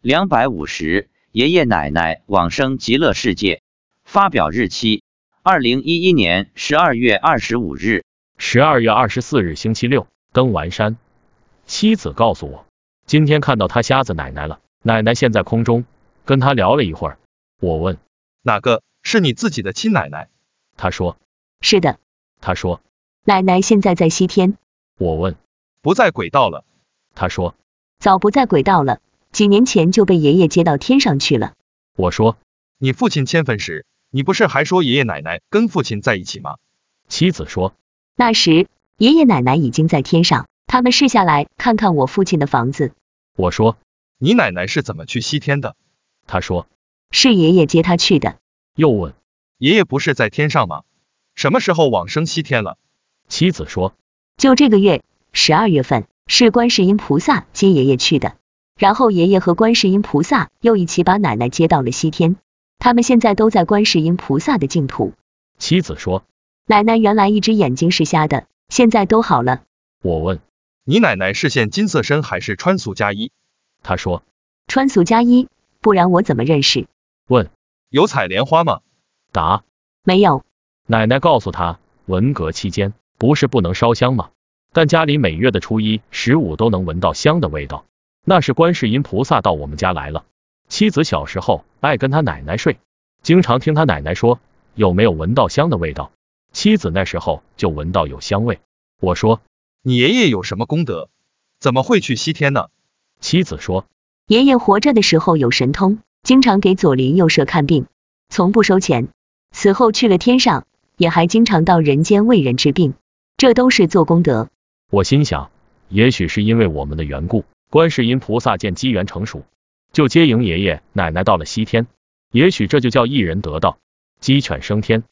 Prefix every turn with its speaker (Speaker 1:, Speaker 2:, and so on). Speaker 1: 两百五十，爷爷奶奶往生极乐世界。发表日期：二零一一年十二月二十五日。
Speaker 2: 十二月二十四日星期六，登完山。妻子告诉我，今天看到他瞎子奶奶了，奶奶现在空中，跟他聊了一会儿。我问
Speaker 3: 哪个是你自己的亲奶奶？
Speaker 2: 他说，
Speaker 4: 是的，
Speaker 2: 他说，
Speaker 4: 奶奶现在在西天，
Speaker 2: 我问
Speaker 3: 不在轨道了。
Speaker 2: 他说，
Speaker 4: 早不在轨道了，几年前就被爷爷接到天上去了。
Speaker 2: 我说
Speaker 3: 你父亲迁坟时，你不是还说爷爷奶奶跟父亲在一起吗？
Speaker 2: 妻子说
Speaker 4: 那时爷爷奶奶已经在天上，他们是下来看看我父亲的房子，
Speaker 2: 我说
Speaker 3: 你奶奶是怎么去西天的？
Speaker 2: 他说
Speaker 4: 是爷爷接他去的。
Speaker 2: 又问
Speaker 3: 爷爷不是在天上吗？什么时候往生西天了？
Speaker 2: 妻子说
Speaker 4: 就这个月十二月份是观世音菩萨接爷爷去的，然后爷爷和观世音菩萨又一起把奶奶接到了西天，他们现在都在观世音菩萨的净土。
Speaker 2: 妻子说
Speaker 4: 奶奶原来一只眼睛是瞎的，现在都好了，
Speaker 2: 我问
Speaker 3: 你奶奶是现金色身还是穿俗加衣？
Speaker 2: 他说
Speaker 4: 穿俗加衣，不然我怎么认识？
Speaker 3: 有采莲花吗？
Speaker 2: 答
Speaker 4: 没有，
Speaker 2: 奶奶告诉他文革期间不是不能烧香吗？但家里每月的初一、十五都能闻到香的味道，那是观世音菩萨到我们家来了。妻子小时候爱跟他奶奶睡，经常听他奶奶说有没有闻到香的味道。妻子那时候就闻到有香味。我说，
Speaker 3: 你爷爷有什么功德？怎么会去西天呢？
Speaker 2: 妻子说，
Speaker 4: 爷爷活着的时候有神通，经常给左邻右舍看病，从不收钱。死后去了天上，也还经常到人间为人治病，这都是做功德。
Speaker 2: 我心想，也许是因为我们的缘故，观世音菩萨见机缘成熟，就接迎爷爷奶奶到了西天。也许这就叫一人得道，鸡犬升天。